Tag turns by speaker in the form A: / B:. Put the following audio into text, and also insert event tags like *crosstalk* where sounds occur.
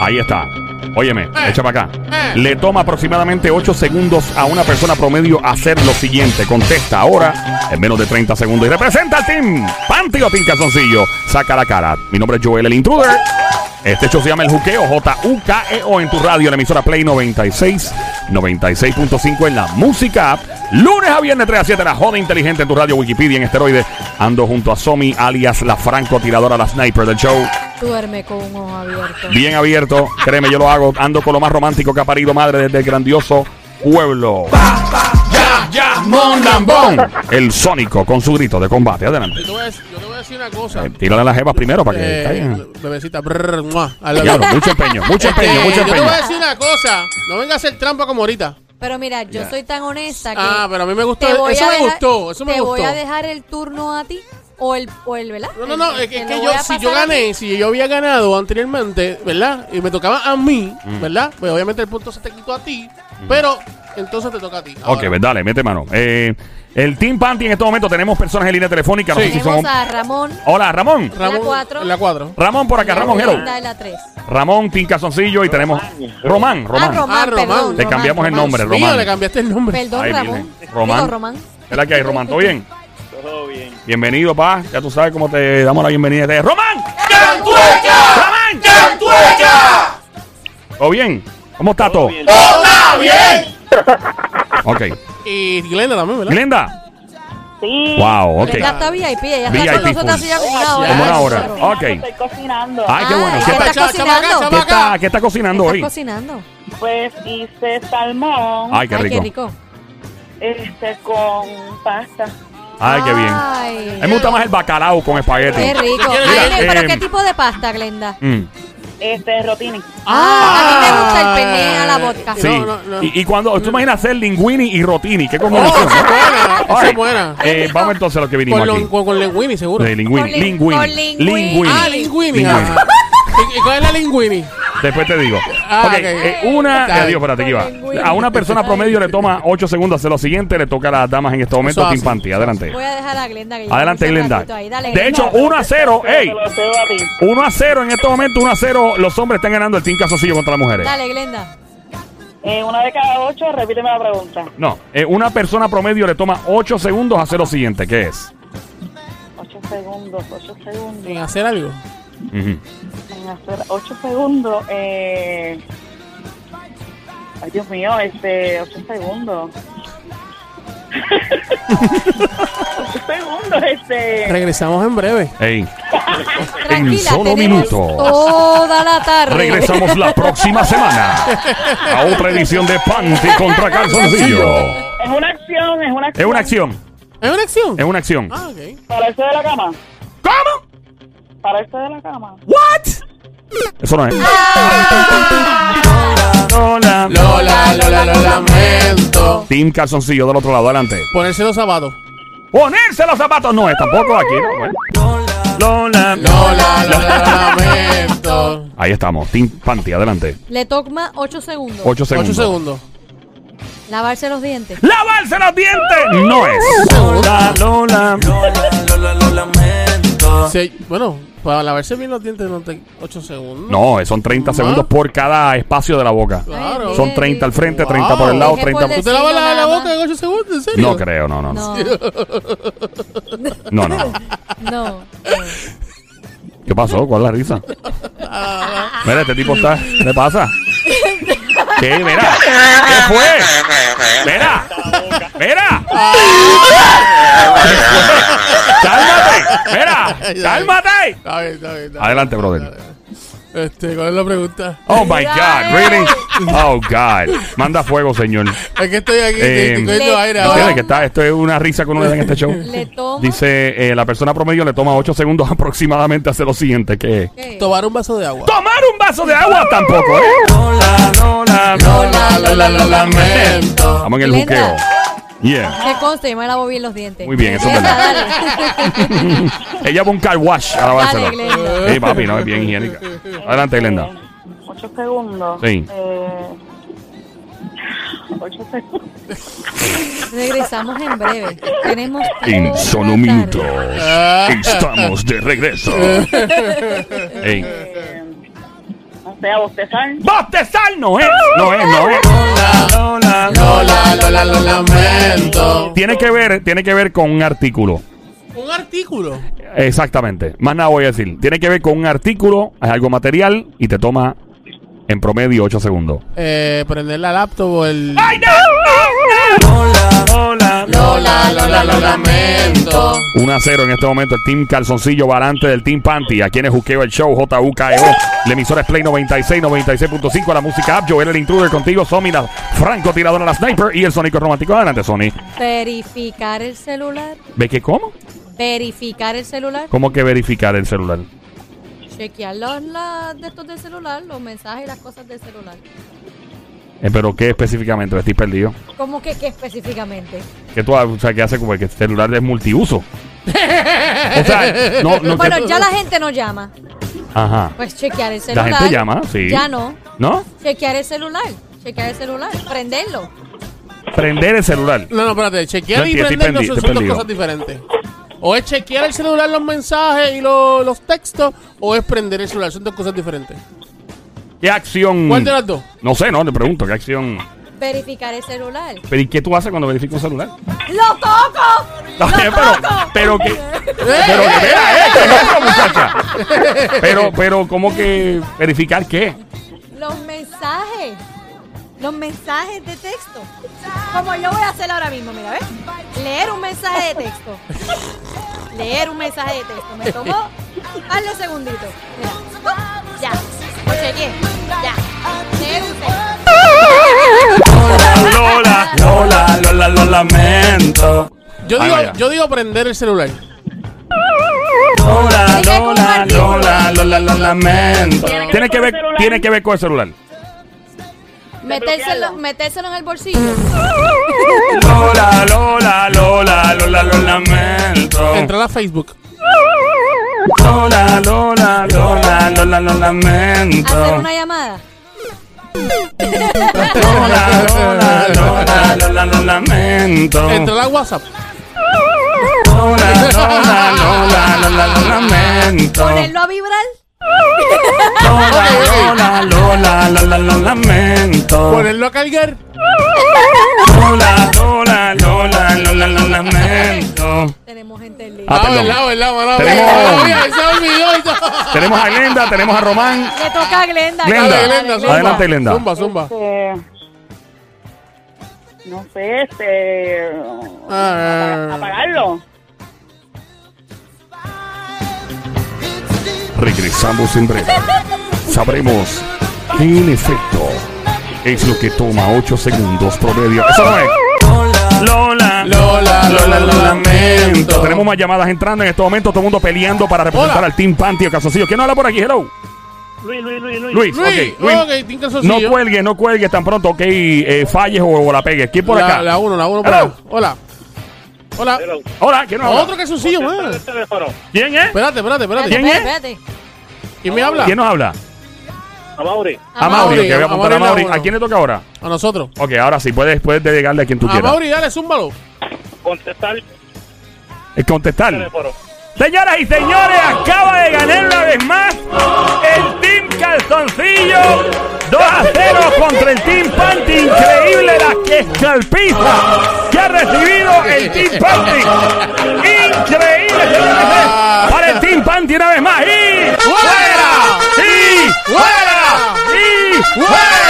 A: Ahí está. Óyeme, echa para acá. Le toma aproximadamente 8 segundos a una persona promedio hacer lo siguiente. Contesta ahora en menos de 30 segundos. Y representa al team. Panty o Team Calzoncillo. Saca la cara. Mi nombre es Joel, el intruder. Este show se llama El Juqueo, J-U-K-E-O, E en tu radio, en la emisora Play 96, 96.5 en la música app. Lunes a viernes 3 a 7, la joda inteligente en tu radio Wikipedia en esteroides. Ando junto a Somi, alias la francotiradora, la sniper del show.
B: Duerme con un ojo abierto.
A: Bien abierto, créeme, yo lo hago. Ando con lo más romántico que ha parido madre desde el grandioso pueblo.
C: Ya, ya,
A: Lambón, el sónico con su grito de combate. Adelante.
C: Yo te voy a decir, yo te voy a decir una cosa.
A: Eh, Tírale a las jevas primero para que
C: Eh,
A: caigan.
C: bebecita, brr, mua, al lado.
A: Diablo, mucho empeño, mucho
C: Este,
A: empeño, mucho
C: Yo te
A: empeño.
C: voy a decir una cosa. No vengas a hacer trampa como ahorita.
B: Pero mira, yo soy tan honesta que.
C: Ah, pero a mí me gustó,
B: te voy
C: eso
B: a
C: me
B: dejar-
C: gustó, eso me
B: Te voy
C: gustó.
B: a dejar el turno a ti o el, o el ¿verdad?
C: No, no, no. Es que, es
B: Te
C: que
B: lo
C: yo,
B: voy a
C: si yo
B: pasar a
C: gané,
B: ti.
C: si yo había ganado anteriormente, ¿verdad? Y me tocaba a mí,
A: Mm.
C: ¿verdad? Pues obviamente el punto se te quitó a ti. Pero entonces te toca a ti.
A: Ok,
C: Ahora.
A: pues dale, mete mano. Eh, el Team Panty en este momento tenemos personas en línea telefónica. no
C: Sí.
A: sé si
B: Tenemos
A: son-
B: a Ramón.
A: Hola, Ramón.
C: Ramón,
B: La cuatro.
C: La 4.
A: Ramón por acá, Ramón Hero.
B: Linda de la tres.
A: Ramón, Team Casoncillo y tenemos Román,
B: Ah,
A: Román.
B: Román,
C: Román.
B: perdón.
A: Le cambiamos el
B: Román.
A: nombre,
C: Mío,
A: Román.
C: le cambiaste el nombre.
B: Perdón,
A: Ay,
B: Ramón.
A: Virgen. Román.
B: Digo, Román.
A: Es la que hay, Román. ¿Todo bien?
D: Todo bien.
A: Oh. Bienvenido, pa. Ya tú sabes cómo te damos la bienvenida. Te- ¡Román! ¡Román! ¿Todo bien? ¿Cómo está todo?
D: bien.
A: Ok.
C: ¡Ah, Y Glenda también, ¿verdad?
A: Glenda.
E: Sí.
A: Wow, ok.
B: Ella está VIP, ella está
A: VIP
B: con nosotros
A: full.
B: hace ya como una hora.
A: Como una
C: Ay,
A: hora.
E: Cocinando,
A: Ok.
E: Estoy cocinando.
A: Ay, qué bueno.
B: Ay,
A: ¿Qué
B: ¿qué
A: está,
B: está cocinando?
A: qué está- qué está cocinando
B: Está
A: hoy?
B: cocinando.
E: Pues hice salmón
A: Ay, qué
B: Ay, qué
A: rico.
B: rico.
E: este con pasta.
A: Ay, qué bien. A
B: Ay,
A: mí me gusta más el bacalao con
B: Qué
A: espagueti.
B: rico.
A: Mira,
B: Ay, Pero
A: eh,
B: qué tipo de pasta, Glenda.
A: Mm.
E: Este rotini.
B: Ah, a mí me gusta el penne a la vodka.
A: Sí.
C: No, no, no.
A: Y, y cuando tú imaginas hacer linguini y rotini, qué
C: Oh,
A: combinación.
C: esa es
A: ¿no?
C: buena, esa es
A: Alright.
C: buena.
A: Eh, vamos entonces a lo que vinimos
C: Con, lo-
A: aquí.
C: con, con Linguini, seguro.
A: De linguini,
B: Con lin-
A: linguini,
B: con linguini.
A: linguini.
C: Ah, Linguini.
A: Linguini.
C: ajá. ¿Y- ¿Y cuál es la Linguini?
A: Después te digo.
C: Ah,
A: ok,
C: ok.
A: eh, una.
C: Está bien.
A: Adiós, espérate, aquí va.
B: Lenguini.
A: A una persona promedio le toma 8 segundos hacer lo siguiente. Le toca a las damas en este momento.
C: Eso hace.
A: Team Panty. Adelante.
B: Voy a dejar a Glenda. que ya
A: Adelante,
B: hice un
A: Glenda.
B: ratito ahí. Dale,
A: De
B: Glenda.
A: hecho, 1 a 0. ¡Ey!
E: Te lo cedo a ti.
A: 1 a 0 en este momento. 1 a 0. Los hombres están ganando el Team Casocillo contra las mujeres.
B: Dale, Glenda.
E: Eh, una de cada ocho, repíteme la pregunta.
A: No. eh, una persona promedio le toma 8 segundos hacer lo siguiente. ¿Qué es?
E: Ocho segundos, ocho
C: En
E: segundos.
C: hacer algo.
A: Ujú.
E: En hacer ocho segundos. Eh... Ay, Dios mío, este, ocho segundos. *laughs* ocho segundos, este.
C: Regresamos en breve.
A: Ey. en
B: Tranquila,
A: solo
B: tenemos
A: minutos.
B: Toda la tarde.
A: Regresamos la próxima semana a otra edición de Panty contra Calzoncillo.
C: *laughs*
E: Es una acción, es una
A: Es
E: acción.
A: una acción,
C: ¿Es una acción?
A: es una acción.
C: Ah, ok.
E: Pararse este de la cama.
A: ¿Cómo?
E: Pararse de la cama.
A: ¿What? Eso no es. Hola.
C: Lola, Lola, lo lamento.
A: Team Calzoncillo del otro lado, adelante.
C: Ponerse los zapatos.
A: Ponerse los zapatos no es tampoco aquí. ¿no? Bueno. Lola.
C: Lola, Lola, lo lamento.
A: Ahí estamos, Team Panty, adelante.
B: Le toma 8 segundos.
A: 8 segundos.
C: Ocho segundos.
B: Lavarse los dientes.
A: Lavarse los dientes no es. Lola, Lola. Ah.
C: Se- bueno, para lavarse bien los dientes no te... Ocho segundos.
A: No, eh, son 30 segundos por cada espacio de la boca.
C: Claro.
A: Son 30 al frente, 30
C: Wow.
A: por el lado,
B: Dejé por
A: 30
C: ¿Tú
A: por...
C: te lavas la, la
B: Nada
C: boca
B: más.
C: en ocho segundos? ¿En serio?
A: No creo, no, no, no. No,
B: No.
A: no.
B: No.
A: ¿Qué pasó? ¿Cuál es la risa? Mira, este tipo está. ¿Qué le pasa? ¿Qué? Mira. ¿Qué fue? Mira. Mira. ¡Cálmate! ¡Mira! ¡Cálmate!
C: Está bien, está bien, está bien.
A: Adelante, brother.
C: Este, ¿cuál es la pregunta?
A: Oh my God, really? Oh God. Manda fuego, señor.
C: Es que estoy aquí,
A: Eh,
C: estoy cogiendo
B: Le-
C: aire.
B: No.
A: Entiende que está, esto es una risa que uno le da en este show.
B: Le toma.
A: Dice, eh, la persona promedio le toma 8 segundos *laughs* aproximadamente hacer lo siguiente, que es
B: ¿Qué?
C: Tomar un vaso de agua.
A: tomar un vaso de agua tampoco, ¿eh?
C: Lola, Lola, lo lamento.
A: Estamos en el
B: Glenda.
A: buqueo. Yeah.
B: Que conste, yo me lavo bien los dientes.
A: Muy bien, eso es
B: Glenda,
A: verdad. Ella va a un car wash a
B: Dale,
A: lavárselo.
B: dale Glenda.
A: Sí, papi, no, es bien higiénica. Adelante, Glenda.
E: Eh, Ocho segundos.
A: Sí.
E: Eh, ocho
B: *laughs*
E: segundos.
B: Regresamos en breve. Tenemos
A: En
B: toda
A: solo
B: la
A: minutos
B: tarde.
A: estamos de regreso. Ey,
E: Eh, o sea, bostezar.
A: ¡Bostezar! No es, no es, no es. Lola,
C: Lola, Lola, lo lamento.
A: Tiene que ver, tiene que ver con un artículo.
C: Un artículo.
A: Exactamente. Más nada voy a decir. Tiene que ver con un artículo, es algo material y te toma en promedio 8 segundos.
C: Eh, prender la laptop o el.
A: no! Lola,
C: Lola, Lola, lo lamento.
A: 1 a 0 en este momento. El Team Calzoncillo va delante del Team Panty. Aquí en el Juqueo el Show, JUKEO. E La emisora es Play 96, 96.5. La música app. Joel el Intruder contigo. Somi, la Franco tiradora, la Sniper. Y el Sónico Romántico. Adelante, Sony.
B: Verificar el celular.
A: ¿Ve que cómo?
B: Verificar el celular.
A: ¿Cómo que verificar el celular?
B: Chequear los la- de estos del celular, los mensajes y las cosas del celular.
A: Eh, ¿Pero qué específicamente? Estoy perdido.
B: ¿Cómo que qué específicamente?
A: Que tú, o sea, que hace como que el celular es multiuso. o sea, no, no. que-
B: bueno, ya la gente no llama.
A: Ajá.
B: Pues chequear el
A: La
B: celular.
A: gente llama, sí.
B: Ya no.
A: ¿No?
B: Chequear el celular. Chequear el celular. Prenderlo.
A: Prender el celular.
C: No, no, espérate. Chequear
A: No
C: y
A: entiendo,
C: prender no son
A: estoy
C: son dos
A: perdido.
C: cosas diferentes. O es chequear el celular los mensajes y lo- los textos, o es prender el celular. Son dos cosas diferentes.
A: ¿Qué acción?
C: ¿Cuál de las dos?
A: No sé, no, le pregunto, ¿qué acción?
B: Verificar el celular.
A: Pero ¿y qué tú haces cuando verificas un celular?
B: ¡Lo toco!
A: Está bien, pero, pero que, pero que, mira, eh, que no, pero, muchacha. Pero, pero, ¿cómo que verificar qué?
B: Los mensajes. Los mensajes de texto. Como yo voy a hacer ahora mismo, mira, ¿ves? Leer un mensaje de texto. Leer un mensaje de texto. Me tomó. Hazlo segundito. Mira. ¡Pum! Ya. Lo chequeé. Ya. Leer un texto.
A: Lola, Lola, Lola, lo lamento.
C: Yo
A: Ah,
C: digo,
A: vaya.
C: yo digo prender el celular.
A: Lola,
B: Tiene que Lola, compartir. Lola,
A: Lola, lo lamento.
E: Tiene que
A: Tiene que ver,
E: ver con el celular.
A: tiene que ver con el celular.
B: Metérselo, metérselo en el bolsillo.
A: Lola, Lola, Lola, Lola, lo lamento.
C: Entrar a Facebook.
A: Lola, Lola, Lola, Lola, lo
B: Hacer
A: lamento.
B: una llamada.
A: *laughs* Lola, Lola, Lola, Lola, lo lamento.
C: Entrar a WhatsApp.
A: Ah. Lola, Lola, Lola, Lola, lo lamento.
B: Ponerlo a vibrar.
A: Lola, Lola, Lola, Lola, lo lamento.
C: Ponerlo a cargar.
A: Ah, Lola, Lola, Lola, Lola, lo lamento.
B: Tenemos gente en
A: Ah,
B: línea.
C: Ah,
A: perdón.
C: verdad, verdad, verdad,
A: Tenemos-
C: verdad. Oye, se me olvidó eso.
A: Tenemos a Glenda, tenemos a Román.
B: Le toca a Glenda.
A: Glenda,
B: Dale,
C: Dale,
B: dale,
C: Glenda, zumba.
B: Glenda.
A: Adelante, Glenda.
C: Zumba, zumba.
E: Este, no sé, este.
C: Ah,
E: Apagarlo.
A: Regresamos en breve. Sabremos qué en efecto es lo que toma 8 segundos promedio. Eso no es. Lola,
C: Lola, Lola, lo lamento.
A: Tenemos más llamadas entrando en este momento. Todo el mundo peleando para representar
C: Hola.
A: al Team Panty o Calzoncillo. ¿Quién habla por aquí? Hello.
E: Luis, Luis, Luis,
A: Luis.
C: Luis,
A: ok, Luis.
C: ok, Team Calzoncillo.
A: no cuelgues, no cuelgues tan pronto. Ok, eh, falles o, o la pegues. ¿Quién por
C: la,
A: acá?
C: La uno, la uno. por
A: Hello.
C: acá. Hola. Hola.
A: Hola, ¿quién nos habla?
C: Otro calzoncillo, man.
E: teléfono.
A: ¿Quién es?
C: Espérate, espérate, espérate.
A: ¿Quién
B: Espérate,
A: es?
B: espérate.
C: ¿Quién me habla?
A: ¿Quién nos habla?
E: Amauri.
A: A
B: Amaury.
A: Mauri, que voy a
C: a
A: apuntar
C: Mauri
A: a
C: la
A: Mauri.
C: uno.
A: ¿A quién le toca ahora?
C: A nosotros.
A: Ok, ahora sí, puedes, puedes dedicarle a quien tú
C: A
A: quieras.
C: Mauri, dale, zúmbalo.
E: Contestar
A: Eh, Contestar. Señoras y señores, acaba de ganar una vez más el Team Calzoncillo 2 a 0 contra el Team Panty. Increíble la que escalpiza que ha recibido el Team Panty. Increíble, señores. y señores. Para el Team Panty una vez más. ¡Y fuera! ¡Y fuera! ¡Y fuera!